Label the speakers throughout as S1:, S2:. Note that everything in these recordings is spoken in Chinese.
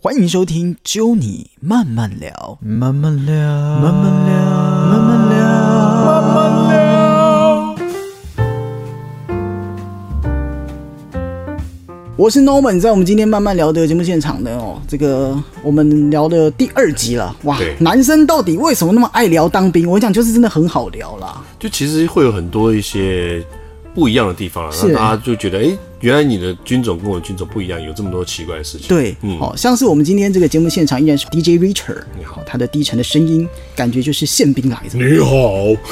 S1: 欢迎收听《揪你慢慢聊》，
S2: 嗯
S3: 慢慢聊，
S1: 慢慢聊，慢慢聊，慢慢聊。我是 Norman，在我们今天慢慢聊的节目现场呢，哦，这个我们聊的第二集了，哇
S2: 对，
S1: 男生到底为什么那么爱聊当兵？我讲就是真的很好聊啦，
S2: 就其实会有很多一些不一样的地方啦，
S1: 是
S2: 让大家就觉得，哎、原来你的军种跟我的军种不一样，有这么多奇怪的事情。
S1: 对，
S2: 嗯，
S1: 哦，像是我们今天这个节目现场依然是 DJ Richard，
S2: 你好
S1: 哦他的低沉的声音，感觉就是宪兵来着。
S2: 你好，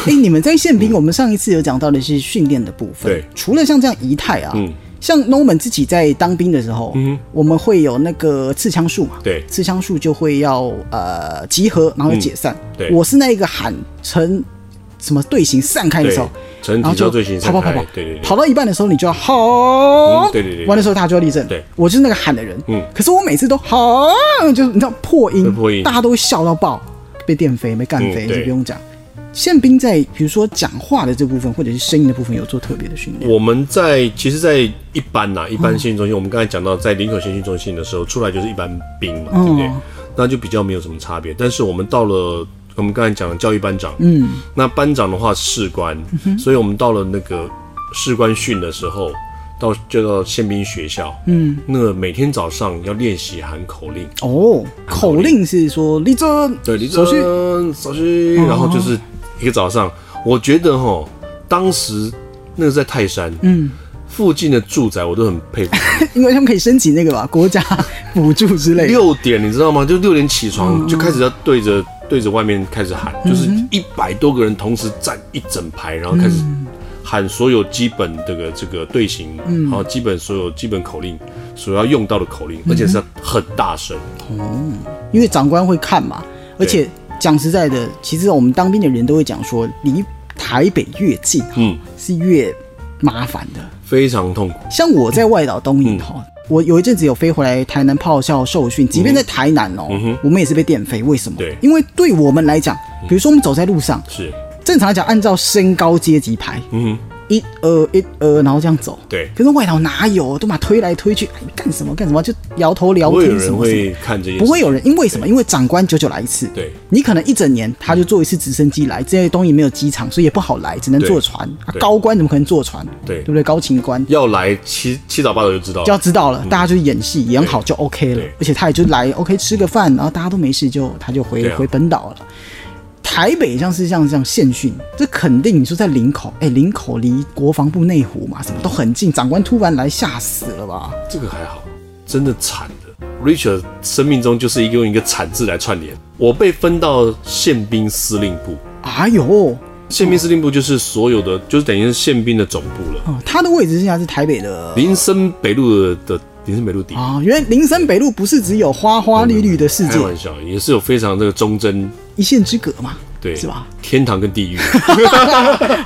S1: 哎、你们在宪兵，我们上一次有讲到的是训练的部分。
S2: 嗯对
S1: 除了像这样仪态啊，
S2: 嗯
S1: 像 Norman 自己在当兵的时候，嗯，我们会有那个刺枪术嘛，
S2: 对嗯
S1: 刺枪术就会要呃集合，然后解散。
S2: 对
S1: 我是那一个喊成什么队形散开的
S2: 对
S1: 时候。，
S2: 成
S1: 然后
S2: 体
S1: 就
S2: 操最新
S1: 跑
S2: 展
S1: 跑跑
S2: 开
S1: 跑，，
S2: 对对对，
S1: 跑到一半的时候你就要吼，
S2: 嗯对对对对
S1: 完的时候大家就要立正，
S2: 对
S1: 我就是那个喊的人，
S2: 嗯
S1: 可是我每次都吼，就是你知道破音，
S2: 会破音
S1: 大家都会笑到爆，被电飞，被干飞，
S2: 嗯
S1: 就
S2: 对
S1: 不用讲。宪兵在比如说讲话的这部分，或者是声音的部分，有做特别的训练，
S2: 我们在其实，在一般呐、一般训训
S1: 嗯
S2: 中心，我们刚才讲到，在林口新训中心的时候，出来就是一般兵嘛，对不对
S1: 嗯？
S2: 那就比较没有什么差别。但是我们到了我们刚才讲的教育班长，
S1: 嗯，
S2: 那班长的话是士官，所以我们到了那个士官训的时候，到就到宪兵学校，嗯，那每天早上要练习喊口令，
S1: 哦，口令是说立正，
S2: 对，立
S1: 手续
S2: 正，手续，然后就是一个早上，我觉得哈，当时那个在泰山，嗯。附近的住宅我都很佩服他们，
S1: 因为他们可以申请那个吧，国家补助之类的。
S2: 六点你知道吗？就六点起
S1: 哦
S2: 床就开始要对着对着外面开始
S1: 嗯
S2: 喊，就是一百多个人同时站一整排，然后开始
S1: 嗯
S2: 喊所有基本这个这个队形，然后基本所有基本口令所要用到的口
S1: 嗯
S2: 令，而且是要很大声。
S1: 因为长官会看嘛，而且讲实在的，其实我们当兵的人都会讲说，离台北越近，啊
S2: 嗯，
S1: 是越麻烦的。
S2: 非常痛苦。
S1: 像我在外岛东
S2: 嗯
S1: 营哈、我有一阵子有飞回来台南炮校受训，即便在台南哦、我们也是被电飞。为什么？
S2: 嗯对嗯
S1: 因为对我们来讲，比如说我们走在路上，
S2: 是，
S1: 正常来讲按照身高阶级排，
S2: 嗯，
S1: 一呃一呃，然后这样走。
S2: 对
S1: 可是外岛哪有，都把推来推去，哎，干什么干什么，就摇头
S2: 不
S1: 聊
S2: 会有
S1: 天什
S2: 人
S1: 么什么
S2: 会。看这些，
S1: 不会有人，因为什么？因为长官久久来一次，
S2: 对
S1: 你可能一整年他就坐一次直升机来，这些东西没有机场，所以也不好来，只能
S2: 对
S1: 坐船。啊、
S2: 对
S1: 高官怎么可能坐船？
S2: 对
S1: 对不对？高情官
S2: 要来七七早八早就知道了
S1: 就要知道了，大家就演戏演好就 OK 了
S2: 对，
S1: 而且他也就来 OK 吃个饭，然后大家都没事就他就回、
S2: 对啊
S1: 回本岛了。台北像是像这样县训，这肯定你说在林口，哎、林口离国防部内湖嘛，什么都很近，长官突然来吓死了吧？
S2: 这个还好，真的惨的。Richard 生命中就是一个用一个惨字来串联。我被分到宪兵司令部，
S1: 哎呦，
S2: 宪兵司令部就是所有的，就是等于是宪兵的总部了。
S1: 哦、他的位置现在是台北的
S2: 林森北路的的林森北路底，
S1: 啊、原来林森北路不是只有花花绿绿的世界
S2: 开，玩笑，也是有非常这个忠贞，
S1: 一线之隔嘛，
S2: 对，
S1: 是吧？
S2: 天堂跟地狱。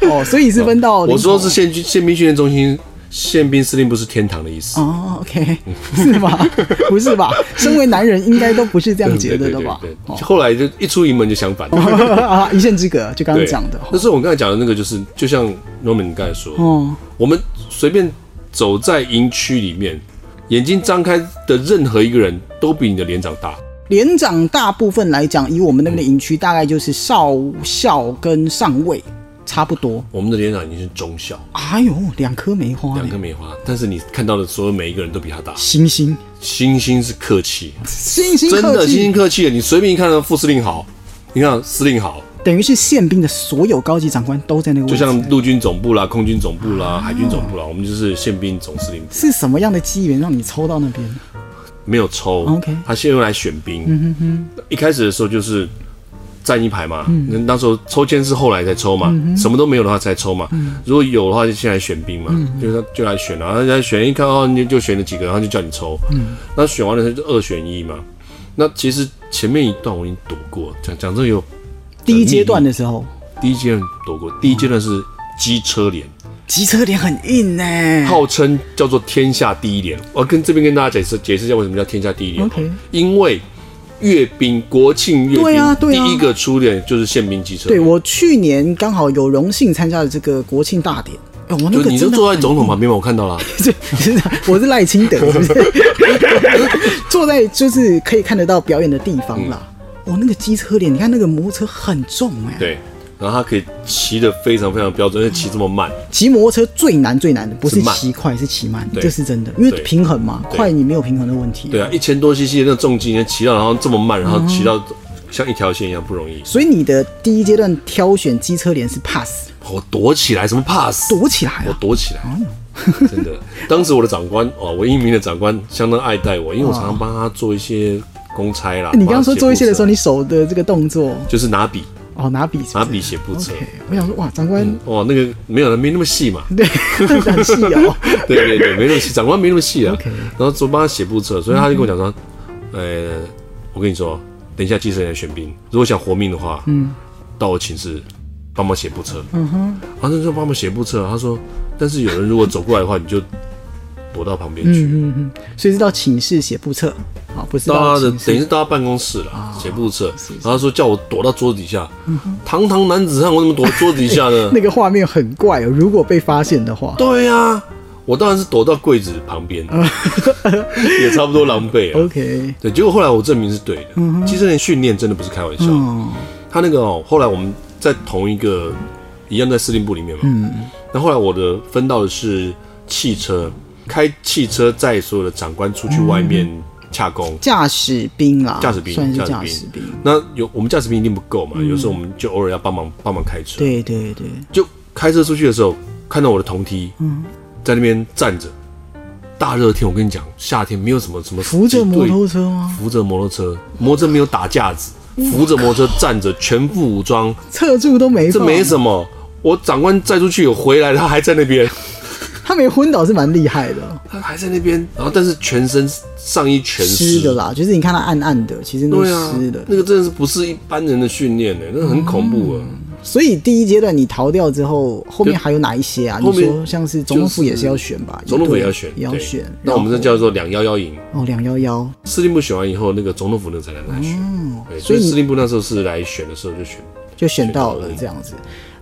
S1: 哦，所以是 分 到林
S2: 我
S1: 口
S2: 说是宪军宪兵训练中心，宪兵司令部是天堂的意思。
S1: 哦，OK，是 吧？不是吧？身为男人应该都不是这样觉
S2: 对
S1: 得
S2: 对
S1: 的
S2: 对
S1: 吧？
S2: 对，
S1: 哦
S2: 后来就一出营门就相反。
S1: 啊，一线之隔，就刚刚
S2: 对，
S1: 讲的。
S2: 但是我刚才讲的那个，就是就像 Norman 你刚才说，
S1: 哦，
S2: 我们随便走在营区里面，眼睛张开的任何一个人都比你的连长大。
S1: 连长大部分来讲，以我们那边的营区，大概就是少校跟上尉差不多。
S2: 我们的连长已经是中校，
S1: 哎呦，两颗梅花
S2: 两
S1: 呢，
S2: 颗梅花，但是你看到的所有每一个人都比他大。
S1: 星星，
S2: 星星是客气，
S1: 星星
S2: 真
S1: 客
S2: 的星
S1: 气
S2: 星，客气的。你随便一看到副司令好，你看司令好，
S1: 等于是宪兵的所有高级长官都在那个位
S2: 就
S1: 置。
S2: 像陆军总部啦、空军总部啦、海军总部啦，我们就是宪兵总司令部。
S1: 是什么样的机缘让你抽到那边？
S2: 没有抽
S1: OK
S2: 他先用来选兵。一开始的时候就是站一排嘛，那、那时候抽签是后来才抽嘛，什么都没有的话才抽嘛。如果有的话就先来选兵嘛，就是他就来选啊，然后选一看哦，你就选了几个，然后就叫你抽。那选完了就二选一嘛。那其实前面一段我已经躲过，讲讲这个有
S1: 第一阶段的时候，
S2: 第一阶段躲过，第一阶段是机车连，
S1: 机车脸很硬呢、
S2: 号称叫做天下第一连。我要跟这边跟大家解释解释一下为什么叫天下第一连。
S1: OK
S2: 因为阅兵，国庆阅兵，
S1: 对啊对啊
S2: 第一个出列就是宪兵机车。
S1: 对我去年刚好有荣幸参加了这个国庆大典，哎、我那
S2: 就
S1: 个
S2: 你就
S1: 真的
S2: 坐在总统旁边嘛，我看到了。
S1: 是是的，我是赖清德，是不是？ 坐在就是可以看得到表演的地方啦。哦，那个机车脸，你看那个摩托车很重哎、
S2: 嗯对，然后他可以骑得非常非常标准，而且骑这么慢，
S1: 骑摩托车最难最难的不是
S2: 是慢
S1: 骑快，是骑慢，
S2: 对
S1: 这是真的，因为
S2: 对
S1: 平衡嘛，
S2: 对
S1: 快你没有平衡的问题。
S2: 对啊，一千多 CC 的那种重机，你骑到然后这么慢，然后骑到像一条线一样不容易。
S1: 所以你的第一阶段挑选机车脸是 pass，
S2: 我哦躲起来，什么怕死？
S1: 躲起来
S2: 我
S1: 啊。
S2: 躲起来， 真的。当时我的长官哦，我英明的长官相当爱戴我，因为我常常帮他做一些公差啦。
S1: 哦你刚刚说做一些的时候，
S2: 帮他写
S1: 你手的这个动作
S2: 簿册就是拿笔，
S1: 哦，拿笔是不是
S2: 拿笔写簿册
S1: OK，我想说哇，长官、
S2: 哦，那个没有没那么细嘛。
S1: 对，很细哦。
S2: 对对对，没那么细，长官没那么细啊。
S1: OK 嗯
S2: 然后就帮他写簿册，所以他就跟我讲说，呃，我跟你说，等一下计生来选兵，如果想活命的话，嗯，到我寝室帮忙写簿册。嗯哼，然后就说帮忙写簿册，他说，但是有人如果走过来的话，你就躲到旁边去。
S1: 所以是到寝室写簿册，好，不是
S2: 到
S1: 到
S2: 他的
S1: 寝室？
S2: 啊等于是到他办公室了，写簿册，然后他说叫我躲到桌子底下，堂堂男子汉，我怎么躲桌子底下呢
S1: 嗯 那个画面很怪哦，如果被发现的话。
S2: 对呀、我当然是躲到柜子 旁边，也差不多狼狈了。
S1: OK，
S2: 对，结果后来我证明是对的，机器人训练真的不是开玩笑。
S1: 嗯，
S2: 他那个哦，后来我们在同一个一样在司令部里面嘛，
S1: 嗯
S2: 那后来我的分到的是汽车，开汽车载所有的长官出去外面洽公。
S1: 驾驶兵啦，
S2: 驾驶兵
S1: 算是
S2: 驾
S1: 驾
S2: 驶
S1: 驶兵。
S2: 那有我们驾驶兵一定不够嘛，有时候我们就偶尔要帮忙帮忙开车。
S1: 嗯对对对，
S2: 就开车出去的时候，看到我的同梯，
S1: 嗯
S2: 在那边站着，大热天，我跟你讲，夏天没有什么什么
S1: 扶着摩托
S2: 车，
S1: 车吗？
S2: 扶着摩托车，摩托车没有打架子，扶着摩托车站着，全副武装，
S1: 侧柱都没
S2: 这
S1: 放，
S2: 没什么。我长官载出去有回来，他还在那边，
S1: 他没昏倒是蛮厉害的，
S2: 他还在那边，然后但是全身上衣全
S1: 湿
S2: 湿
S1: 的。啦，就是你看他暗暗的，其实都
S2: 对
S1: 是
S2: 啊
S1: 湿的，。
S2: 那个真的是不是一般人的训练呢、那很恐怖啊。
S1: 所以第一阶段你逃掉之后，后面还有哪一些啊？你
S2: 后面
S1: 说像是总统府也是要选吧？
S2: 总统府
S1: 对
S2: 也要选，
S1: 也要
S2: 对
S1: 选。
S2: 那我们这
S1: 然后
S2: 叫做两幺幺营，
S1: 哦两幺幺，
S2: 司令部选完以后，那个总统府那个才能来选。
S1: 嗯
S2: 对，所以司令部那时候是来选的时候就选。
S1: 就选到了这样子。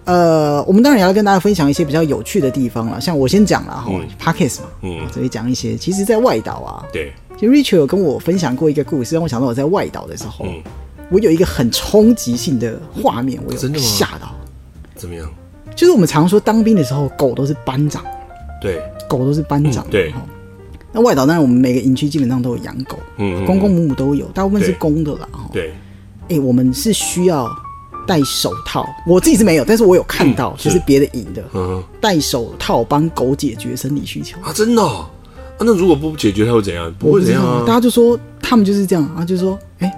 S1: 呃，我们当然也要跟大家分享一些比较有趣的地方了，像我先讲了哈、p o d c a s t 嘛，
S2: 嗯
S1: 这里讲一些，其实在外岛啊，
S2: 对，
S1: 其实 Richard 有跟我分享过一个故事，让我想到我在外岛的时候，
S2: 嗯哦
S1: 我有一个很冲击性的画面，我
S2: 真
S1: 有
S2: 的吗
S1: 吓到，
S2: 怎么样？
S1: 就是我们常说当兵的时候，狗都是班长，
S2: 对，
S1: 狗都是班长，
S2: 嗯对
S1: 哈。那外岛当然，我们每个营区基本上都有养狗，
S2: 嗯嗯
S1: 公公母母都有，大部分是
S2: 对
S1: 公的啦。哈
S2: 对，
S1: 哎、我们是需要戴手套，我自己是没有，但是我有看到，就是是别的营的
S2: 嗯
S1: 戴手套帮狗解决生理需求。
S2: 啊，真的哦、啊，那如果不解决，他会怎样？不
S1: 我
S2: 会
S1: 不
S2: 怎
S1: 知
S2: 样
S1: 道，大
S2: 啊？
S1: 家就说他们就是这样啊，就说哎、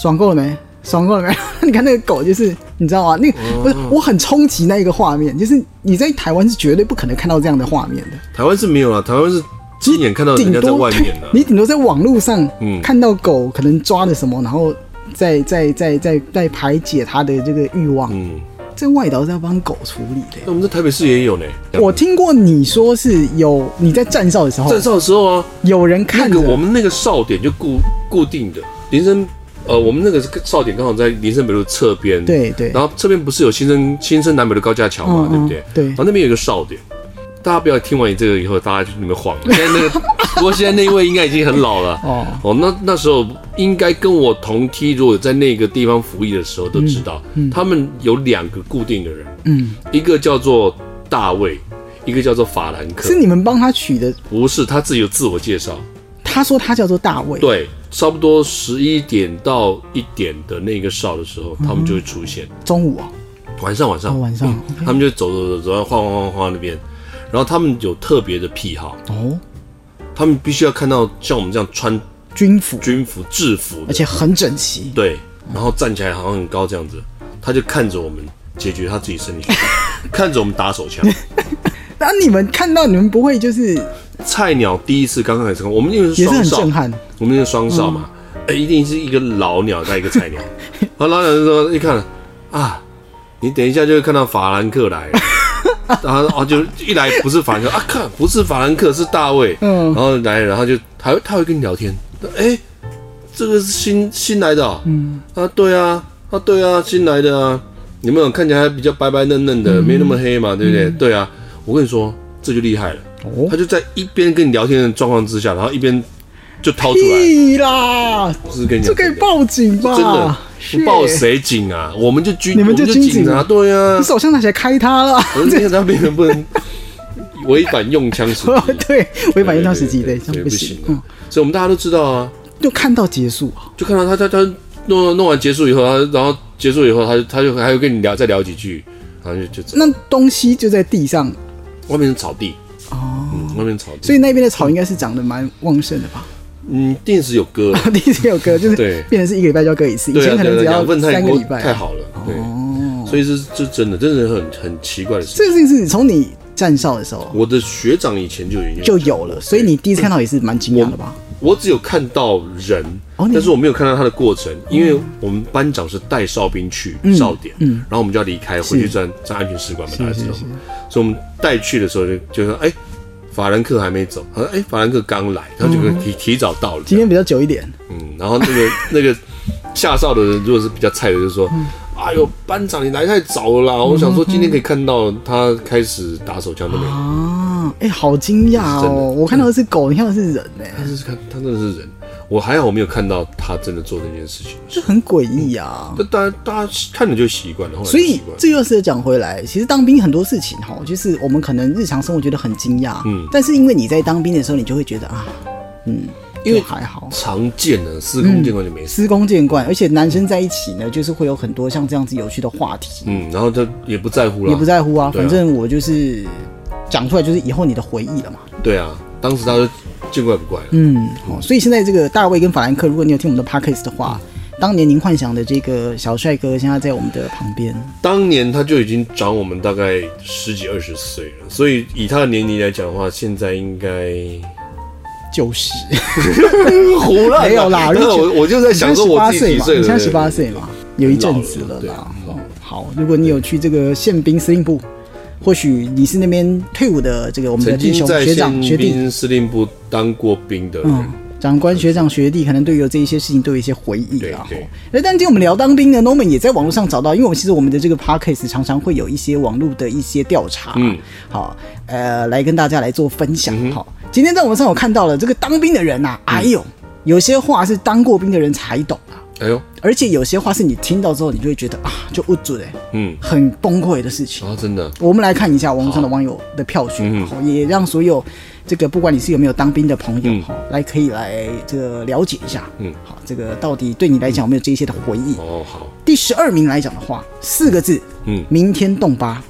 S1: 爽够了没？爽够了没？ 你看那个狗，就是你知道吗？那个
S2: 哦
S1: 不是，我很冲击那一个画面，就是你在台湾是绝对不可能看到这样的画面的。
S2: 台湾是没有啊，台湾是亲眼看到哦人
S1: 顶
S2: 家
S1: 多
S2: 在外面的、
S1: 对你顶多在网络上
S2: 嗯
S1: 看到狗可能抓了什么，然后再再再再再排解它的这个欲望。
S2: 嗯，
S1: 这外岛是要帮狗处理的。
S2: 那我们在台北市也有呢。
S1: 我听过你说是有你在站哨的时候，
S2: 站哨的时候啊，
S1: 有人
S2: 那
S1: 看着
S2: 个我们那个哨点就固固定的，林森呃，我们那个哨点刚好在林森北路侧边，
S1: 对对
S2: 然后这边不是有新生新生南北的高架桥嘛，
S1: 嗯嗯
S2: 对不对？
S1: 对
S2: 然后那边有一个哨点，大家不要听完你这个以后，大家去那边晃。现在那个， 不过现在那一位应该已经很老了。
S1: 哦
S2: 哦，那那时候应该跟我同梯，如果在那个地方服役的时候都知道，他们有两个固定的人，
S1: 嗯，
S2: 一个叫做大卫，一个叫做法兰克
S1: 是。你们帮他取的。
S2: 不是，他自己有自我介绍。
S1: 他说他叫做大卫，
S2: 对，差不多十一点到一点的那个哨的时候，他们就会出现。
S1: 中午哦，
S2: 晚上，晚上，
S1: 哦晚上
S2: 嗯
S1: OK
S2: 他们就走走走走，晃晃晃晃那边。然后他们有特别的癖好，
S1: 哦，
S2: 他们必须要看到像我们这样穿
S1: 军服，
S2: 军服制服
S1: 而
S2: 的，
S1: 且很整齐。
S2: 对，然后站起来好像很高这样子，他就看着我们解决他自己身体 需求，看着我们打手枪。
S1: 那啊你们看到你们不会就是
S2: 菜鸟第一次刚刚开始看，我们因为是
S1: 也是很
S2: 双哨，
S1: 震撼，
S2: 我们那个双哨嘛，哎、一定是一个老鸟带一个菜鸟。 然后老鸟就说：“一看啊，你等一下就会看到法兰克来了。”然后哦，就一来不是法兰克啊，看不是法兰克是大卫，
S1: 嗯
S2: 然后来，然后就他会他会跟你聊天，哎，这个是新新来的、哦，嗯，啊对啊，啊
S1: 嗯
S2: 对啊，新来的啊，你们看起来还比较白白嫩嫩的，没那么黑嘛，对不对？对啊，我跟你说，这就厉害了，
S1: 哦
S2: 他就在一边跟你聊天的状况之下，然后一边就掏出来，
S1: 屁啦，
S2: 就是跟你
S1: 这可
S2: 讲
S1: 以报警吧？
S2: 真的，
S1: 啊是
S2: 你报？谁警啊？我们就军，
S1: 你们
S2: 我
S1: 就
S2: 就
S1: 军警
S2: 警啊，对啊
S1: 你，手枪拿起来开他了，
S2: 我们让别人 不能违反用枪时机，
S1: 对，违反用枪时机，
S2: 对
S1: 对，这样不
S2: 不
S1: 行。
S2: 啊
S1: 嗯，
S2: 所以我们大家都知道啊，
S1: 就看到结束啊，
S2: 就看到他他他弄弄完结束以后，他然后结束以后，他就他就还有跟你聊再聊几句，然后就就走。
S1: 那东西就在地上，
S2: 外面是草地哦，嗯，外面是草地，
S1: 所以那边的草应该是长得蛮旺盛的吧？。
S2: 嗯，定时有歌了
S1: 第一次有割，就是
S2: 对
S1: 变成是一个礼拜就要割一次，以
S2: 对
S1: 前
S2: 啊，
S1: 可能只
S2: 对啊，
S1: 要
S2: 养分太
S1: 三个
S2: 多
S1: 礼
S2: 太
S1: 拜。哦
S2: 好了，对，所以这这真的，真的很很奇怪的事。
S1: 这个事情是从你站哨的时候
S2: 我的学长以前就已经
S1: 就有了，所以你第一次看到也是蛮惊讶的吧？
S2: 我只有看到人，
S1: 哦你哦
S2: 但是我没有看到他的过程，因为我们班长是带哨兵去
S1: 嗯
S2: 哨点，然后我们就要离开，回去站站安全使馆嘛，大家知道吗？所以我们带去的时候就就说，哎、法兰克还没走，他说，哎、法兰克刚来，他就
S1: 嗯
S2: 提提早到了，
S1: 今天比较久一点，
S2: 嗯，然后那个 那个下哨的人，如果是比较菜的，就说：“
S1: 嗯
S2: 哎呦，班长你来太早了啦！我想说今天可以看到他开始打手枪都没有，
S1: 啊，哎、好惊讶
S2: 这是真
S1: 哦！
S2: 的
S1: 我看到的是狗，你看到的是人哎呢、
S2: 他是看他真的是人，我还好我没有看到他真的做那件事情，
S1: 这很诡异啊。
S2: 但大家大家看了就习惯了，后来
S1: 所
S2: 就
S1: 以
S2: 习惯了。
S1: 这又是讲回来，其实当兵很多事情哈，就是我们可能日常生活觉得很惊讶，嗯
S2: 嗯，
S1: 但是因为你在当兵的时候，你就会觉得啊，嗯，
S2: 因为
S1: 就还好，
S2: 常见的司空见惯就没事，
S1: 司空见惯，而且男生在一起呢，就是会有很多像这样子有趣的话题，
S2: 嗯，然后他也不在乎
S1: 也
S2: 了
S1: 不，在乎啊，
S2: 对啊
S1: 反正我就是讲出来就是以后你的回忆了嘛，
S2: 对啊，当时他就见怪不怪了，
S1: 嗯，哦，所以现在这个大卫跟法兰克，如果你有听我们的 podcast 的话，
S2: 嗯
S1: 当年您幻想的这个小帅哥，现在在我们的旁边，
S2: 当年他就已经长我们大概十几二十岁了，所以以他的年龄来讲的话，现在应该。
S1: 就是
S2: 胡 乱
S1: 没有啦
S2: 那
S1: 如果
S2: 我我就在想说我自己几岁了，
S1: 你现在十八
S2: 对
S1: 岁嘛，有一阵子了
S2: 对
S1: 啦。
S2: 很
S1: 哦
S2: 老
S1: 好，如果你有去这个宪兵司令部，或许你是那边退伍的这个我们的
S2: 曾
S1: 弟
S2: 经
S1: 兄
S2: 在
S1: 学长
S2: 宪
S1: 学弟，
S2: 兵司令部当过兵的人，
S1: 嗯，长官学长学弟可能对于这一些事情都有一些回忆
S2: 对
S1: 啊。
S2: 对
S1: 那但今天我们聊当兵呢，Norman 也在网络上找到，因为我们其实我们的这个 podcast 常常会有一些网络的一些调查，
S2: 嗯，
S1: 好，呃，来跟大家来做分享。好，今天在网上我看到了这个当兵的人呐、
S2: 嗯
S1: 哎呦，有些话是当过兵的人才懂啊，
S2: 哎呦，
S1: 而且有些话是你听到之后，你就会觉得啊，就不准哎，
S2: 嗯，
S1: 很崩溃的事情。
S2: 啊，真的，
S1: 我们来看一下网络上的网友的票选，
S2: 嗯
S1: 然后也让所有这个不管你是有没有当兵的朋友，哈、来可以来这个了解一下，
S2: 嗯
S1: 好，这个到底对你来讲有没有这一些的回忆？
S2: 哦，好，
S1: 第十二名来讲的话，四个字，
S2: 嗯
S1: 明天动八。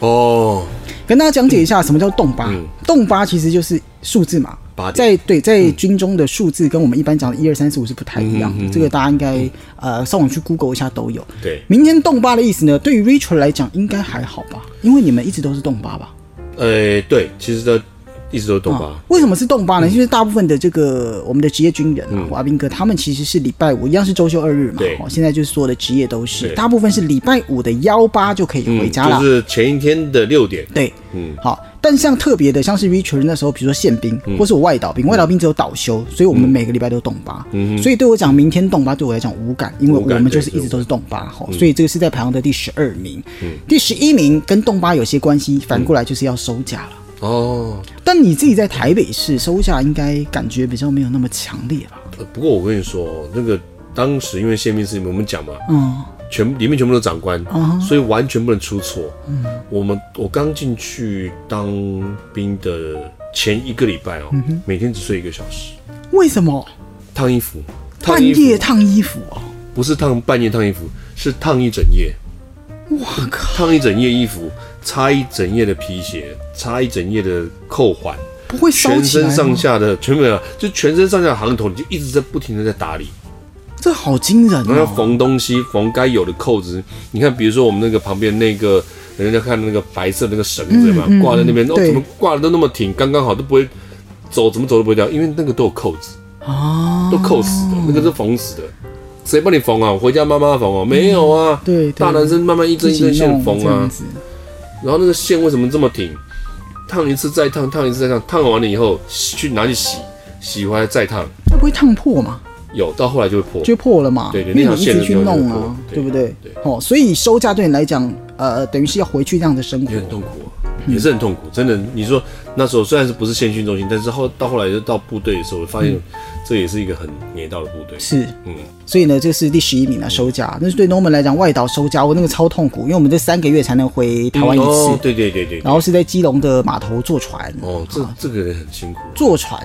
S2: 哦，
S1: 跟大家讲解
S2: 嗯
S1: 一下什么叫动八。动八其实就是数字嘛
S2: 八，点嗯
S1: 在对在军中的数字跟我们一般讲的一二三四五是不太一样的。这个大家应该呃上网去 Google 一下都有。
S2: 嗯对
S1: 明天动八的意思呢，对于 Richard 来讲应该还好吧，因为你们一直都是动八吧。
S2: 哎，对，其实他一直都懂吧，
S1: 啊
S2: 嗯
S1: 为什么是动八呢？因为大部分的这个我们的职业军人啊，华斌哥他们其实是礼拜五一样是周休二日嘛
S2: 对，
S1: 哦现在就是所有的职业都是，
S2: 对
S1: 大部分是礼拜五的幺八就可以哦回
S2: 嗯，
S1: 家了。
S2: 就是前一天的六点，
S1: 对，
S2: 嗯，嗯
S1: 好，但像特别的，像是 Richard 那时候，比如说宪兵，或是我外岛兵，外岛兵只有倒休，所以我们每个礼拜都动八，所以对我讲明天动八对我来讲无感，因为
S2: 嗯无感
S1: 我们就是
S2: 对
S1: 一直都是动八，好，
S2: 嗯
S1: 所以这个是在排行的第十二名，第十一名跟动八有些关系，
S2: 嗯
S1: 反过来就是要收假了。
S2: 哦，
S1: 但你自己在台北市收假，应该感觉比较没有那么强烈吧？
S2: 呃不过我跟你说哦，那个当时因为宪兵司令部，我们讲嘛，
S1: 嗯，
S2: 全里面全部都是长官，所以完全不能出错。
S1: 嗯
S2: 我们我刚进去当兵的前一个礼拜
S1: 嗯
S2: 哦，每天只睡一个小时，
S1: 为什么
S2: 烫衣服，烫
S1: 半
S2: 衣
S1: 夜
S2: 服
S1: 烫衣服哦？
S2: 不是烫半夜烫衣服，是烫一整夜，
S1: 哇靠，
S2: 烫一整夜衣服，擦一整夜的皮鞋，擦一整夜的扣环，
S1: 不会烧
S2: 全
S1: 起来
S2: 身
S1: 吗
S2: 上下的全部没有，就全身上下的行头，你就一直在不停的在打理。
S1: 这好惊人
S2: 然后要
S1: 哦！
S2: 缝东西，缝该有的扣子。你看，比如说我们那个旁边那个，人家看那个白色的那个绳子嘛，挂在那边，哦，
S1: 嗯对
S2: 怎么挂的都那么挺，刚刚好，都不会走，怎么走都不会掉，因为那个都有扣子，
S1: 啊，
S2: 都扣死的，那个是缝死的。谁帮你缝啊？回家妈妈缝哦、没有啊。
S1: 嗯对对
S2: 大男生慢慢一
S1: 自
S2: 针一
S1: 己
S2: 针线
S1: 弄
S2: 缝
S1: 这样
S2: 啊。
S1: 子
S2: 然后那个线为什么这么挺？烫一次再烫，烫一次再烫，烫完了以后洗去拿去洗，洗回来再烫，
S1: 那不会烫破嘛？
S2: 有到后来就会破。
S1: 就破了嘛，
S2: 对对
S1: 因为
S2: 那条
S1: 你一直
S2: 线
S1: 去
S2: 就会
S1: 弄啊
S2: 破，
S1: 对不对
S2: 对？
S1: 哦，所以收假对你来讲，呃，等于是要回去这样的生活
S2: 也，很痛苦、啊，也是很痛苦。真的，你说那时候虽然是不是县训中心，但是后到后来就到部队的时候，发现这也是一个很年到的部队。
S1: 嗯是，
S2: 嗯，
S1: 所以呢，这是第十一名的收假。但是对 Norman 来讲，外岛收假我那个超痛苦，因为我们这三个月才能回台湾一
S2: 哦
S1: 次，
S2: 对对对对，
S1: 然后啊是在基隆的码头坐船，
S2: 哦，这这个人很辛苦。
S1: 坐船，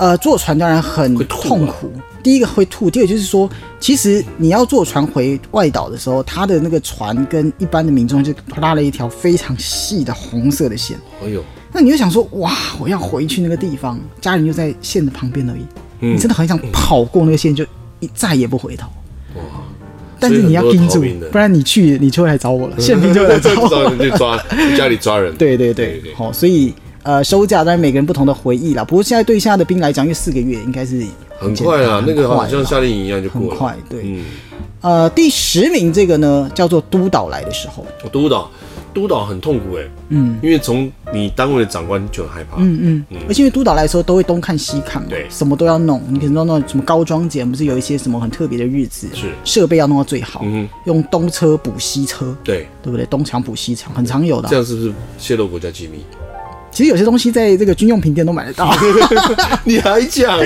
S1: 呃，坐船当然很
S2: 会吐啊吧
S1: 痛苦。第一个会吐，第二个就是说，其实你要坐船回外岛的时候，它的那个船跟一般的民众就拉了一条非常细的红色的线。
S2: 哎呦，
S1: 那你就想说，哇，我要回去那个地方，家人就在线的旁边而已，
S2: 嗯
S1: 你真的很想跑过那个线，就一再也不回头。
S2: 哇！
S1: 但是你要
S2: 所以
S1: 盯
S2: 很多
S1: 住
S2: 逃兵的，
S1: 不然你去你就会来找 我了，宪兵就会来找我。
S2: 人去抓，去家里抓人。
S1: 对对
S2: 对
S1: 对，好、所以呃，收假当然每个人不同的回忆啦。不过现在对现在的兵来讲，因为四个月应该是
S2: 很
S1: 简
S2: 快啊
S1: 单，
S2: 那个好像
S1: 很快
S2: 夏令营一样就
S1: 很
S2: 过了。
S1: 快，对。
S2: 嗯，
S1: 呃，第十名这个呢叫做督导来的时候，
S2: 我哦督导，督导很痛苦哎、嗯，因为从你单位的长官就很害怕。嗯
S1: 嗯，而且因为督导来的时候都会东看西看嘛，
S2: 对
S1: 什么都要弄。你可能弄弄什么高装节，不是有一些什么很特别的日子，
S2: 是
S1: 设备要弄到最好，
S2: 嗯
S1: 用东车补西车，
S2: 对，
S1: 对不对？东墙补西墙，很常有的啊、
S2: 这样是不是泄露国家机密？
S1: 其实有些东西在这个军用品店都买得到。
S2: 你还讲？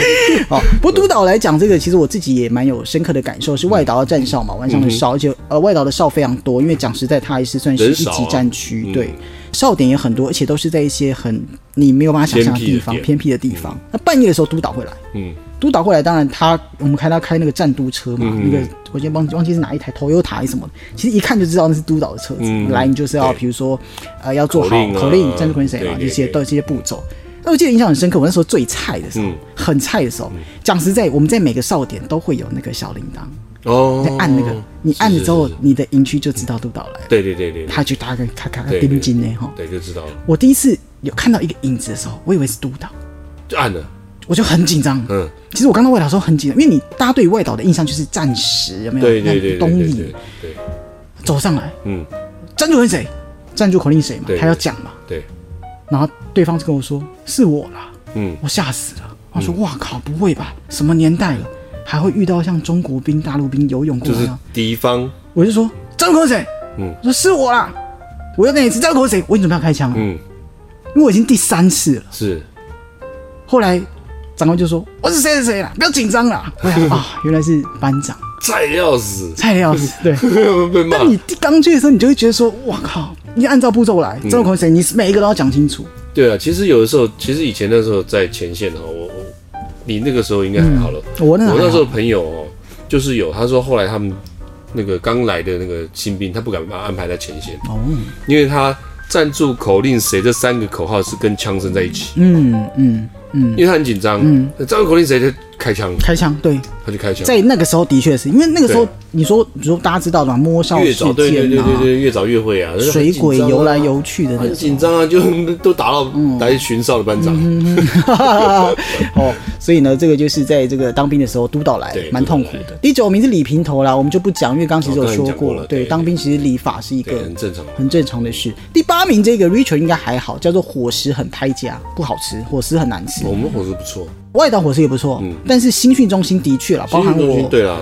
S1: 哦，不过督导来讲，这个其实我自己也蛮有深刻的感受，是外岛要站哨嘛，晚上的哨，而且呃外岛的哨非常多，因为讲实在，它还是算是一
S2: 人少啊
S1: 级战区，
S2: 嗯
S1: 对，哨点也很多，而且都是在一些很你没有办法想象的地方，
S2: 偏
S1: 偏僻的地方。那半夜的时候督导会来，
S2: 嗯，
S1: 督导会来，当然他我们看他开那个战都车嘛，
S2: 嗯
S1: 那个我今天忘记忘记是哪一台 Toyota 还是什么的，其实一看就知道那是督导的车子。
S2: 嗯
S1: 来，你就是要
S2: 对
S1: 比如说呃要做好
S2: 口令啊
S1: 口令、战术口令谁嘛，
S2: 对对
S1: 这些
S2: 对
S1: 都有这些步骤。那我记得印象很深刻，我那时候最菜的时候，
S2: 嗯
S1: 很菜的时候，讲实在，我们在每个哨点都会有那个小铃铛，
S2: 哦，
S1: 在按那个，你按了之后
S2: 是，是是
S1: 你的营区就知道督导来了，
S2: 对对对对，
S1: 他就大概咔咔咔
S2: 对对
S1: 盯紧呢哈。
S2: 对就知道了，
S1: 我第一次有看到一个影子的时候，我以为是督导，
S2: 就按了。
S1: 我就很紧张，
S2: 嗯，
S1: 其实我刚到外岛的时候很紧张，因为你大家对于外岛的印象就是暂时有没有？
S2: 对对对
S1: 那
S2: 对
S1: 种东
S2: 对
S1: 引
S2: 对对，
S1: 走上来，
S2: 嗯，
S1: 站住人谁？站住口令谁嘛
S2: 对？
S1: 他要讲嘛。
S2: 对，
S1: 然后对方就跟我说是我啦，
S2: 嗯，
S1: 我吓死了。我说哇靠，不会吧？什么年代了，啊还会遇到像中国兵、大陆兵游泳过
S2: 就
S1: 来
S2: 是
S1: 啊？
S2: 敌方，
S1: 我就说站住口令谁？
S2: 嗯
S1: 我说是我啦，我要跟你站住口令谁？我已经准备要开枪了，啊
S2: 嗯，
S1: 因为我已经第三次了。
S2: 是
S1: 后来长官就说我是谁谁谁啦，不要紧张啦。我 想啊，原来是班长
S2: 菜要死，
S1: 蔡老师，对。
S2: 被骂
S1: 但。你刚去的时候，你就会觉得说，哇靠，你按照步骤来，
S2: 嗯
S1: 这种口水，你是每一个都要讲清楚。
S2: 对啊，其实有的时候，其实以前那时候在前线哈，我我你那个时候应该还好了。
S1: 嗯我那个
S2: 我
S1: 还
S2: 那时
S1: 好
S2: 候朋友哦，就是有他说后来他们那个刚来的那个新兵，他不敢把他安排在前线，
S1: 哦，
S2: 因为他站住口令谁这三个口号是跟枪声在一起，
S1: 嗯嗯，
S2: 因为他很紧张，站住口令谁就开枪，
S1: 开枪，对，
S2: 他就开枪。
S1: 在那个时候的确是因为那个时候
S2: 对，
S1: 你说你说大家知道的嘛，摸哨
S2: 越
S1: 事
S2: 早对对
S1: 件
S2: 对对
S1: 啊，
S2: 对，越早越会啊，
S1: 水鬼游来游去的 嗯那
S2: 很
S1: 种。
S2: 紧张啊，就 都打到来巡哨的班长，
S1: 嗯哦，所以呢，这个就是在这个当兵的时候督导来
S2: 对
S1: 蛮痛苦
S2: 督导
S1: 的。第九名是李平头啦，我们就不讲，因为刚刚其实有
S2: 哦刚才
S1: 说
S2: 已经讲过了
S1: 对，
S2: 对
S1: 当兵其实理发是一
S2: 对，
S1: 个
S2: 很正常。
S1: 很正常的事。第八名这个 Richard 应该还好，叫做伙食很拍家，不好吃，伙食很难吃。
S2: 我们伙食不错，
S1: 外岛伙食也不错，但是新训中心的确啦，包
S2: 嗯新
S1: 含
S2: 训中
S1: 我
S2: 心，对啦，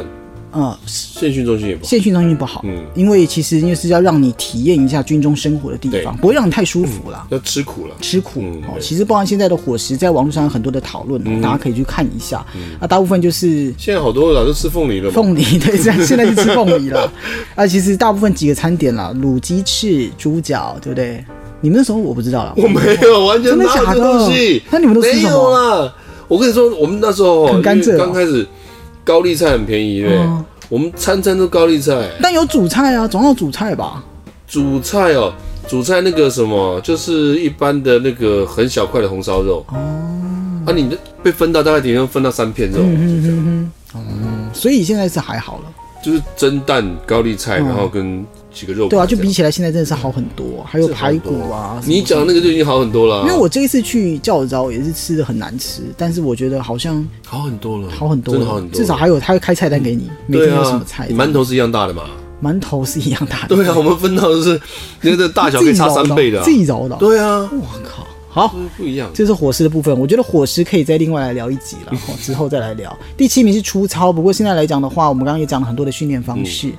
S1: 嗯，
S2: 现训中心也不好。
S1: 现训中心不好，
S2: 嗯
S1: 因为其实因为是要让你体验一下军中生活的地方，
S2: 对
S1: 不会让你太舒服啦。
S2: 要吃苦了，
S1: 吃苦、
S2: 嗯
S1: 哦，
S2: 对嗯
S1: 其实包含现在的伙食，在网络上有很多的讨论、哦大家可以去看一下。那、大部分就是
S2: 现在好多老是吃凤梨了嘛，
S1: 凤梨， 对，现在现在是吃凤梨 了。啊，其实大部分几个餐点啦，卤鸡翅、猪脚，对不对？你们那时候我不知道啦，
S2: 我没有，完全
S1: 真的
S2: 哪有
S1: 假
S2: 这
S1: 的
S2: 东西。
S1: 那你们都吃什么
S2: 没有啦，我跟你说，我们那时候哦
S1: 很甘蔗哦
S2: 因为刚开始高丽菜很便宜对不对
S1: 嗯
S2: 我们餐餐都高丽菜，
S1: 但有主菜啊，总要有主菜吧？
S2: 主菜哦，主菜那个什么，就是一般的那个很小块的红烧肉。哦，啊，你的被分到大概顶多分到三片肉，
S1: 嗯
S2: 就这样
S1: 所以现在是还好了，
S2: 就是蒸蛋、高丽菜，然后跟几个肉
S1: 嗯
S2: 块这
S1: 对啊，
S2: 样。
S1: 就比起来现在真的是好很多，还有
S2: 这
S1: 排
S2: 很多
S1: 骨啊。
S2: 你讲那个就已经好很多了啊，
S1: 因为我这一次去教招也是吃的很难吃，但是我觉得好像
S2: 好很多了，
S1: 好很多
S2: 真
S1: 了，
S2: 的好很多了，
S1: 至少还有他会开菜单给你，每天
S2: 对
S1: 有
S2: 啊，
S1: 什么菜，
S2: 馒头是一样大的嘛？
S1: 馒头是一样大的，
S2: 对啊，我们分到的是那个大小可以差三倍的啊、
S1: 自己揉的哦，
S2: 对啊，
S1: 我靠，好。
S2: 就是不一样。
S1: 这是伙食的部分，我觉得伙食可以再另外来聊一集了，
S2: 嗯
S1: 哦
S2: 嗯
S1: 之后再来聊。第七名是粗糙，不过现在来讲的话，我们刚刚也讲了很多的训练方式。呃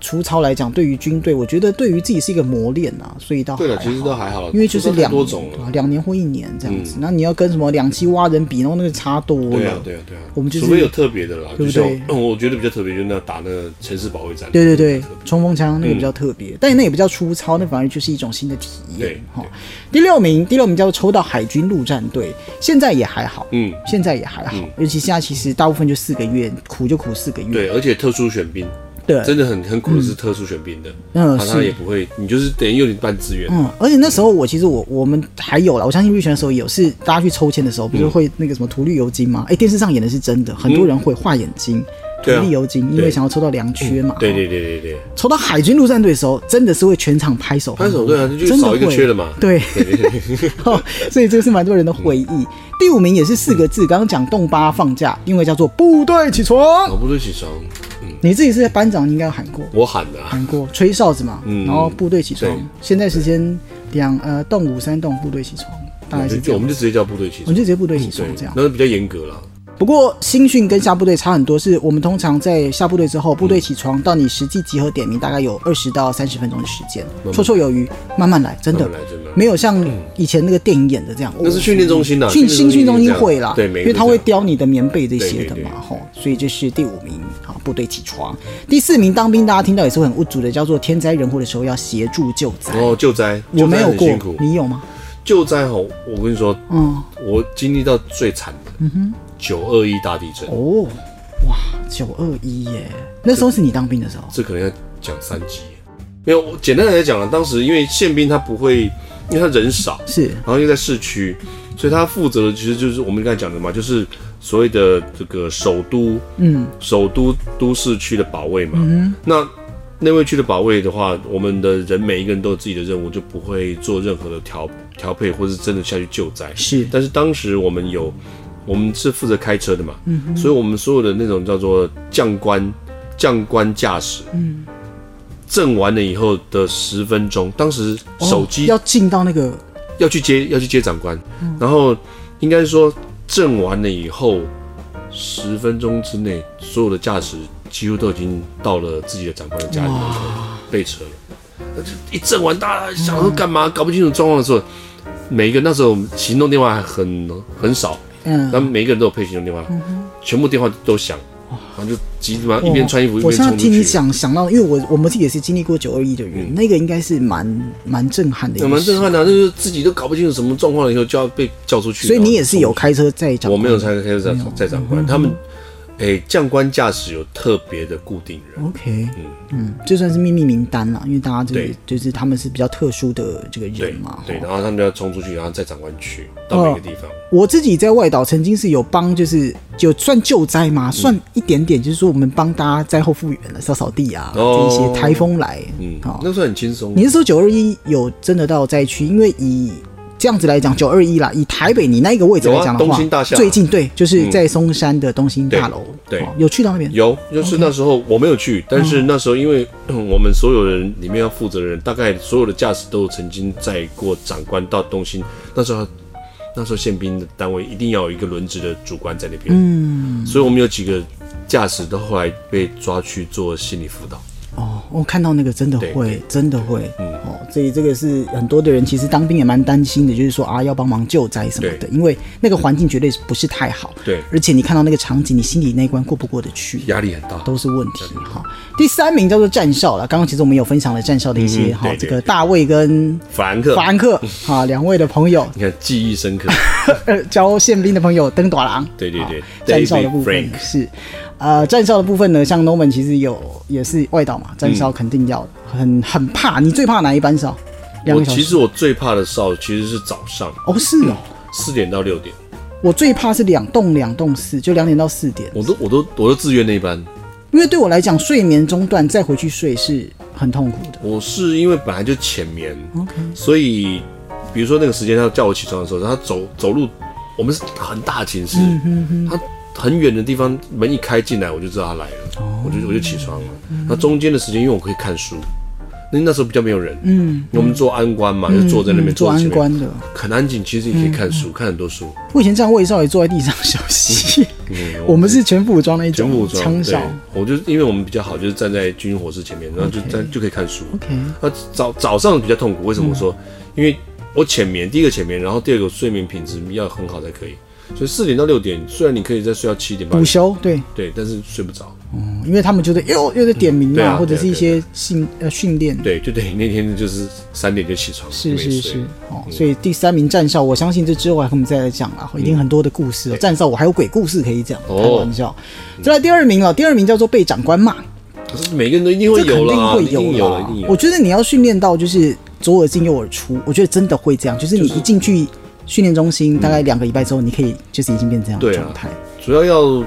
S1: 除草来讲，对于军队，我觉得对于自己是一个磨练啊，所以倒
S2: 对
S1: 还
S2: 了，
S1: 好
S2: 其实都还好，
S1: 因为就是
S2: 都
S1: 两
S2: 太多种
S1: 啊
S2: 了。嗯
S1: 两年或一年这样子，那、你要跟什么两栖蛙人比，然后那个差多了。
S2: 对啊，对啊，对啊，
S1: 我们就是
S2: 除非有特别的啦，
S1: 对
S2: 就
S1: 不
S2: 像嗯
S1: 对
S2: 我我觉得比较特别，就是那打那个城市保卫战，
S1: 对对对
S2: 特别嗯
S1: 冲锋枪那个比较特别，但那也不叫粗糙，那反而就是一种新的体验
S2: 对。
S1: 哈第
S2: 对，
S1: 六名，第六名叫做抽到海军陆战队，现在也还好，
S2: 嗯，
S1: 现在也还好，尤其现在其实大部分就四个月，苦就苦四个月，
S2: 对，而且特殊选兵，
S1: 对，
S2: 真的很很苦的是特殊选兵的，啊
S1: 嗯
S2: 他他
S1: 是
S2: 也不会，你就是等于有点半资源，
S1: 嗯，而且那时候我其实我我们还有了，我相信瑞泉的时候有是大家去抽签的时候，不
S2: 嗯
S1: 是会那个什么涂绿油精吗？哎、电视上演的是真的，很多人会画眼睛。涂
S2: 对啊
S1: 绿油精，因为
S2: 对嗯
S1: 想要抽到良缺嘛。
S2: 对
S1: 哈
S2: 对对对对，
S1: 抽到海军陆战队的时候，真的是会全场拍手欢
S2: 拍
S1: 呼。
S2: 手对啊，就
S1: 真的
S2: 少一个
S1: 会
S2: 缺了嘛，
S1: 对， 哦所以这个是蛮多人的回
S2: 嗯
S1: 忆。第五名也是四个字，刚刚讲动八放假，因为叫做部队起床。
S2: 哦脑部队起床，嗯
S1: 你自己是班长，你应该有喊过，
S2: 我喊的啊，
S1: 喊过吹哨子嘛，
S2: 嗯
S1: 然后部队起床
S2: 对。
S1: 现在时间两呃动五三动部队起床，大概是这
S2: 就我
S1: 样。
S2: 们就直接叫部队起
S1: 我们
S2: 床
S1: 就，直接部队起床
S2: 对
S1: 这样，。
S2: 那比较严格了，
S1: 不过新训跟下部队差很多，是我们通常在下部队之后，部队起床到你实际集合点名，大概有二十到三十分钟的时间，绰绰有余，慢慢来，真的
S2: 慢慢来真的
S1: 没有像以前那个电影演的这样。
S2: 那是训练中心的，
S1: 训新训中
S2: 心
S1: 心
S2: 这样
S1: 会啦，
S2: 对，每个
S1: 因为
S2: 都
S1: 他
S2: 这
S1: 会
S2: 样
S1: 雕你的棉被这些的
S2: 对对对
S1: 嘛，吼，所以这是第五名，好，部队起床。第四名当兵，大家听到也是会很无助的，叫做天灾人祸的时候要协助救灾。
S2: 哦，救灾，
S1: 我没有
S2: 救灾很辛
S1: 过
S2: 苦，，
S1: 你有吗？
S2: 救灾吼，我跟你说，
S1: 嗯，
S2: 我经历到最惨的，嗯哼，九二一大地震，
S1: 哦，哇，九二一耶，那时候是你当兵的时候，
S2: 这可能要讲三集。没有，我简单来讲啊，当时因为宪兵他不会，因为他人少，
S1: 是
S2: 然后又在市区，所以他负责的其实就是我们刚才讲的嘛，就是所谓的这个首都，
S1: 嗯，
S2: 首都都市区的保卫嘛。那内卫区的保卫的话，我们的人每一个人都有自己的任务，就不会做任何的调调配，或是真的下去救灾。
S1: 是
S2: 但是当时我们有，我们是负责开车的嘛，
S1: 嗯
S2: 所以我们所有的那种叫做将官、将官驾驶，嗯，震完了以后的十分钟，当时
S1: 哦
S2: 手机
S1: 要进到那个
S2: 要去接要去接长官，
S1: 嗯
S2: 然后应该说震完了以后，十分钟之内，所有的驾驶几乎都已经到了自己的长官的家里门口备车了。那就一震完，大家想说干
S1: 嗯
S2: 嘛，搞不清楚状况的时候，每一个那时候行动电话还很很少，
S1: 嗯。
S2: 但每一个人都有配行动电话，全部电话都响，然后就急着嘛一边穿衣服一
S1: 哦我
S2: 边
S1: 现在
S2: 冲出
S1: 听你
S2: 去。
S1: 讲想到，因为我我们自己也是经历过九二一的人，那个应该是蛮蛮震撼的一个
S2: 我
S1: 事，
S2: 们震撼的、啊就是自己都搞不清楚什么状况了，以后就要被叫出去。
S1: 所以你
S2: 然后
S1: 也是有
S2: 冲出去
S1: 开车在讲，
S2: 我没有参加在在长
S1: 嗯
S2: 官，他们诶将官驾驶有特别的固定人，
S1: OK，嗯，这算是秘密名单啦，因为大家就是
S2: 对
S1: 就是他们是比较特殊的这个
S2: 对
S1: 人嘛。
S2: 对，
S1: 吼
S2: 然后他们就要冲出去，然后在长官去到
S1: 哦
S2: 每个地方。
S1: 我自己在外岛曾经是有帮，就是就算救灾
S2: 嗯
S1: 嘛，算一点点，就是说我们帮大家灾后复原了，扫扫地啊，
S2: 哦
S1: 这一些台风来，哦
S2: 嗯
S1: 好，
S2: 那时候很轻松
S1: 你。是说九二一有真的到灾区？因为以这样子来讲，九二一啦，以台北你那一个位置来讲的
S2: 有啊
S1: 话，
S2: 东兴大厦嗯
S1: 最近对，就是在松山的东兴大楼、
S2: 对对
S1: 哦有去到那边。
S2: 有，就是那时候我没有去，但是那时候因为嗯我们所有人里面要负责的人，大概所有的驾驶都曾经载过长官到东兴。那时候，那时候宪兵的单位一定要有一个轮值的主官在那边，嗯，所以我们有几个驾驶都后来被抓去做心理辅导。
S1: 哦，我看到那个真的
S2: 对嗯
S1: 会，真的会，哦，所以这个是很多的人其实当兵也蛮担心的，就是说啊要帮忙救灾什么的，
S2: 对
S1: 因为那个环境绝对是不是太好，
S2: 对
S1: 而且你看到那个场景，你心里那一关过不过得去，
S2: 压力很大，
S1: 都是问题哈。第三名叫做战校了，刚刚其实我们有分享了战校的一些
S2: 嗯
S1: 哈，
S2: 对
S1: 这
S2: 对
S1: 个大卫跟
S2: 法兰克，
S1: 法兰 克哈啊两位的朋友，
S2: 你看记忆深刻，
S1: 呃，教宪兵的朋友登短郎，
S2: 对对对
S1: 好战校的
S2: David
S1: 部分
S2: Frank
S1: 是，呃，战校的部分呢，像 Norman 其实有也是外岛
S2: 嗯
S1: 嘛，战校肯定要的，很很怕，你最怕哪一班哨？ 两
S2: 我
S1: 个小
S2: 其
S1: 时
S2: 实嗯我最怕的哨其实是早上
S1: 哦，是哦，
S2: 四点到六点，
S1: 我最怕是两栋两栋四，就两点到四点，
S2: 我都我都我都自愿那一班。
S1: 因为对我来讲，睡眠中断再回去睡是很痛苦的。
S2: 我是因为本来就浅眠所以比如说那个时间他叫我起床的时候，他走走路，我们是很大的寝室，
S1: 嗯
S2: 他很远的地方门
S1: 哦
S2: 一开进来，我就知道他来了，我就我就起床了。那中间的时间，因为我可以看书，那那时候比较没有人，
S1: 嗯，
S2: 我们做安官嘛，就坐在那边
S1: 嗯做
S2: 坐在
S1: 安
S2: 前面
S1: 官嗯的。
S2: 很安静，其实也可以看书，看很多书。
S1: 我以前站位少也坐在地上 休息。
S2: 嗯
S1: 我们是全副武装那一
S2: 全
S1: 种，
S2: 副武装，
S1: 枪
S2: 对
S1: 少。，
S2: 我就因为我们比较好，就是站在军火士前面，然后就站就可以看书。
S1: OK，嗯
S2: 那早早上比较痛苦，为什么我说？因为我浅眠，第一个浅眠，然后第二个睡眠品质要很好才可以。所以四点到六点，虽然你可以再睡到七点八
S1: 补，休对，
S2: 对，但是睡不着。
S1: 嗯因为他们觉得又又在点名
S2: 对
S1: 嘛，
S2: 啊
S1: 或者
S2: 对啊
S1: 是一些训呃训练，
S2: 对，就等于那天就是三点就起床，
S1: 是
S2: 没嗯
S1: 是
S2: 睡
S1: 是，哦，所以第三名战校，我相信这之后还我们再来讲啦，一定很多的故事哦。战校我还有鬼故事可以讲，开
S2: 嗯哦
S1: 玩笑。再来第二名哦，第二名叫做被长官骂，
S2: 可是每个人都一定会
S1: 这肯
S2: 有
S1: 定
S2: 啦，
S1: 会
S2: 一定有了，
S1: 啦
S2: 一定有。
S1: 我觉得你要训练到就是左耳进右耳出，我觉得真的会这样，就是你一进去训练中心，大概两个礼拜之后，你可以就是已经变成这样的
S2: 嗯对啊
S1: 状态。
S2: 主要要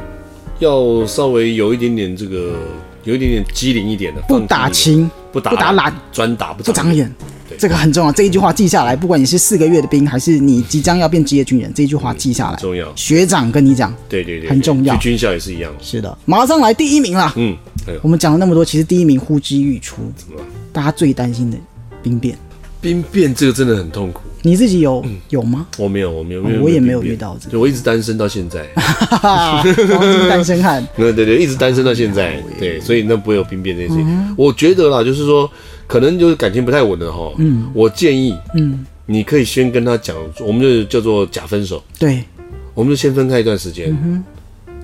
S2: 要稍微有一点点这个，有一点点机灵一点的，
S1: 不
S2: 放
S1: 打
S2: 轻一点
S1: 情，
S2: 不打
S1: 不打懒，
S2: 专打不
S1: 不长眼，
S2: 对
S1: 这个很重要。这一句话记下来，不管你是四个月的兵，还是你即将要变职业军人，这一句话记下来。
S2: 嗯很重要
S1: 学长跟你讲，
S2: 对对对，
S1: 很重要
S2: 去军校也是一样。
S1: 是的，马上来第一名啦。
S2: 嗯，还有
S1: 我们讲了那么多，其实第一名呼之欲出，
S2: 什么
S1: 大家最担心的兵变，
S2: 兵变，这个真的很痛苦。
S1: 你自己有
S2: 嗯
S1: 有 吗？
S2: 我没有，我没有，
S1: 哦我也没有
S2: 兵变
S1: 遇到这个
S2: 对我一直单身到现在。
S1: 哈哈，黄金哦单身汉。
S2: 对对对，一直单身到现
S1: 哦
S2: 在，对，所以那不会有兵变这些。情。我觉得啦，就是说，可能就是感情不太稳的哈。嗯，我建议，嗯，你可以先跟他讲，我们就叫做假分手，
S1: 对，
S2: 我们就先分开一段时间。
S1: 嗯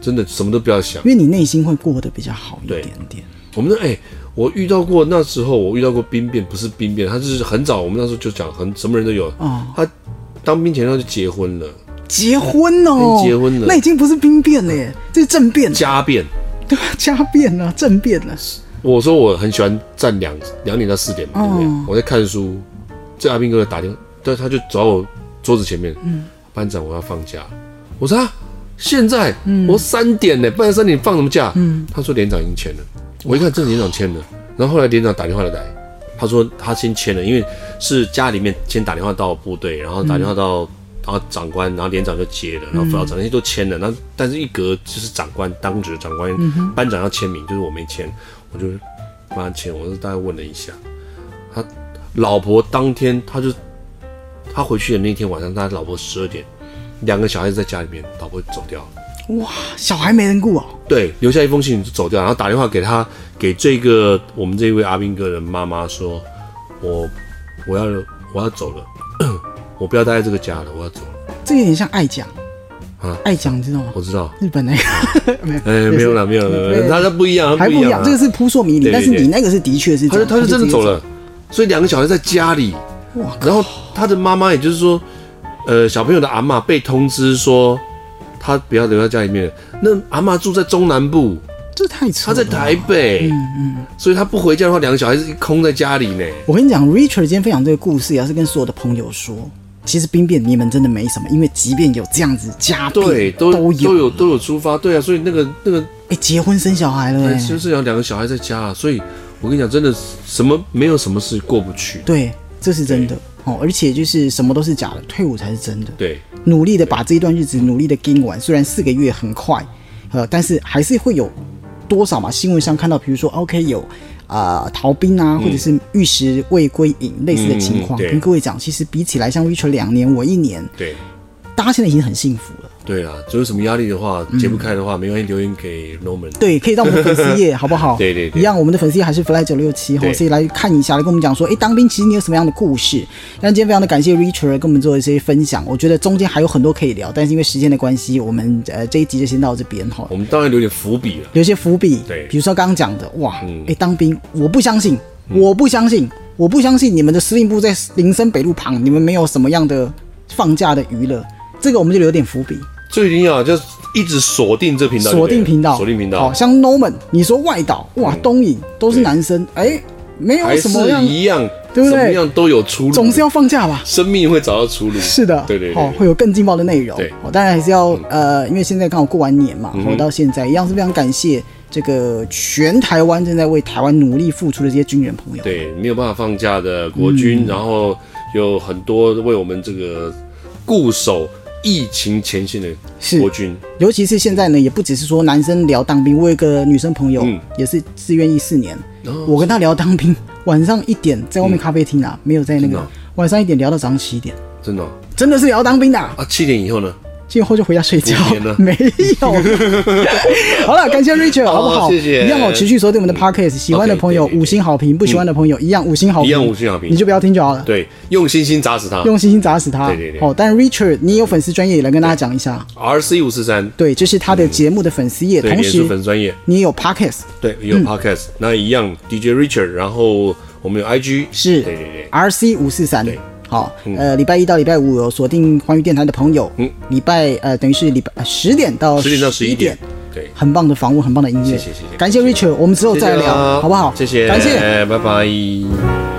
S2: 真的什么都不要想
S1: 因。为你内心会过得比较好一
S2: 对
S1: 点点。
S2: 我们那哎、我遇到过那时候我遇到过兵变，不是兵变，他就是很早，我们那时候就讲很什么人都有。
S1: 哦
S2: 他当兵前他就结婚了，
S1: 结婚哦，
S2: 哎已经结婚了嗯
S1: 那已经不是兵变了耶，这是政变，
S2: 家变。
S1: 对吧？ 家变了，政变了。
S2: 我说我很喜欢站两两点到四点嘛，对不对？
S1: 哦
S2: 我在看书，这阿兵哥打电话，对，他就走到我桌子前面，
S1: 嗯
S2: 班长我要放假，我说、啊、现在、
S1: 嗯
S2: 我三点呢，半夜三点放什么假？他说连长已经签了，我一看这连长签了，然后后来连长打电话来。他说他先签了，因为是家里面先打电话到部队，然后打电话到、然后长官，然后连长就接了，然后副校长那些都签了，然后但是一格就是长官当值长官、班长要签名，就是我没签，我就帮他签，我就大概问了一下，他老婆当天他就他回去的那天晚上，他老婆十二点，两个小孩子在家里面，老婆走掉了。
S1: 哇，小孩没人顾哦，
S2: 对，留下一封信就走掉，然后打电话给他，给这个我们这位阿兵哥的妈妈说，我我要我要走了， 我不要待在这个家了，我要走了。
S1: 这有点像爱讲
S2: 啊
S1: 爱讲你知道吗？
S2: 我知道，
S1: 日本那个没有，
S2: 哎、没有了，没有了，没有
S1: 对
S2: 啦他他不一样，他
S1: 还
S2: 不一
S1: 不一
S2: 样、
S1: 样，
S2: 啊，
S1: 这个是扑朔迷离，
S2: 对对
S1: 但是你
S2: 对
S1: 那个是的确是
S2: 他
S1: 这
S2: 就
S1: 样，
S2: 他就真
S1: 直
S2: 的
S1: 接
S2: 走了，所以两个小孩在家里，
S1: 哇
S2: 然后他的妈妈也就是说，呃，小朋友的阿嬷被通知说，他不要留在家里面了，那阿嬷住在中南部，
S1: 这太扯
S2: 他
S1: 了。
S2: 在台北，
S1: 嗯
S2: 所以他不回家的话，两个小孩子空在家里呢。
S1: 我跟你讲，Richard 今天分享这个故事，也啊要是跟所有的朋友说，其实兵变你们真的没什么，因为即便有这样子家变，
S2: 对，都
S1: 都
S2: 都有都有出发，对啊，所以那个那个
S1: 哎、结婚生小孩了、哎
S2: 就是有两个小孩在家啊，所以我跟你讲，真的什么没有什么是过不去的，
S1: 对，这是真的哦，而且就是什么都是假的，退伍才是真的。
S2: 对，
S1: 努力的把这一段日子努力的跟完，虽然四个月很快，呃，但是还是会有多少嘛？新闻上看到，比如说 OK 有啊逃兵啊，或者是玉石未归隐、类似的情况，
S2: 嗯对
S1: 跟各位讲，其实比起来像 Richard 两年，我一年，
S2: 对。
S1: 大家现在已经很幸福了。
S2: 对啊，就有什么压力的话，解不开的话，没关系，留言给 Norman。
S1: 对，可以到我们的粉丝页，好不好？
S2: 对对对
S1: 一样，我们的粉丝页还是 fly 九六七哈，
S2: 对
S1: 所以来看一下，来跟我们讲说，哎，当兵其实你有什么样的故事？那今天非常的感谢 Richard 跟我们做一些分享，我觉得中间还有很多可以聊，但是因为时间的关系，我们呃这一集就先到这边哈
S2: 我。们当然留点伏笔啊了，
S1: 留一些伏笔，
S2: 对嗯
S1: 比如说刚刚讲的，哇，哎、当兵，我不相信，我不相信，我不相信你们的司令部在林森北路旁，你们没有什么样的放假的娱乐，这个我们就留点伏笔。
S2: 最重要就是一直锁定这频道就对了，
S1: 锁定频道，
S2: 锁定频
S1: 好
S2: 道，嗯
S1: 像 Norman，你说外岛哇，东影都是男生，哎，没有
S2: 还
S1: 什
S2: 是
S1: 么样，
S2: 一样，
S1: 对不对
S2: 怎么样都有出路，
S1: 总是要放假吧。
S2: 生命会找到出路。
S1: 是的，
S2: 对对
S1: 哦
S2: 对，，
S1: 会有更劲爆的内容。
S2: 对嗯
S1: 哦，当然还是要呃，因为现在刚好过完年嘛，然后到现在一样是非常感谢这个全台湾正在为台湾努力付出的这些军人朋友。
S2: 对，没有办法放
S1: 嗯
S2: 假的国军，然后有很多为我们这个固守疫情前线的
S1: 是
S2: 国军，
S1: 尤其是现在呢，也不只是说男生聊当兵，我有一个女生朋友、
S2: 嗯
S1: 也是自愿役四年，
S2: 哦
S1: 我跟她聊当兵，晚上一点在外面咖啡厅啊，没有在那
S2: 真的
S1: 个
S2: 哦
S1: 晚上一点聊到早上七点，
S2: 真的哦、
S1: 真的是聊当兵的、啊，
S2: 啊，七点以后呢？
S1: 今后就回家睡觉
S2: 五年了，
S1: 没有。好了，感谢 Richard，好不好？
S2: 谢谢嗯
S1: 一样哦，持续锁定我们的 Podcast，喜欢的朋友
S2: OK，对对对嗯
S1: 五星好评，不喜欢的朋友一样五星好评，
S2: 一样五星好评
S1: 你就不要听就好了。
S2: 对，用星星砸死他。
S1: 啊用星星砸死他。
S2: 对对对
S1: 哦，但 Richard，你有粉丝专业也来跟大家讲一下。
S2: R C 五四三，
S1: 对，这是他的节目的粉丝页，
S2: 嗯对，
S1: 同
S2: 脸书
S1: 时
S2: 粉丝专业，
S1: 你也有 Podcast，
S2: 对，有
S1: 嗯
S2: Podcast，、那一样 DJ Richard，然后我们有 IG，
S1: 是
S2: 对对对，
S1: RC 五四三
S2: 对。
S1: 好，呃，礼拜一到礼拜五有锁定环宇电台的朋友，
S2: 嗯，
S1: 礼拜呃等于是礼拜十点到
S2: 十点到十一
S1: 11
S2: 点，，对，
S1: 很棒的访问，很棒的音乐，
S2: 谢谢谢谢啊
S1: 感谢 Richard，我们之后再
S2: 谢谢
S1: 聊，
S2: 啦
S1: 好不好？
S2: 谢谢，
S1: 感谢。
S2: 拜拜。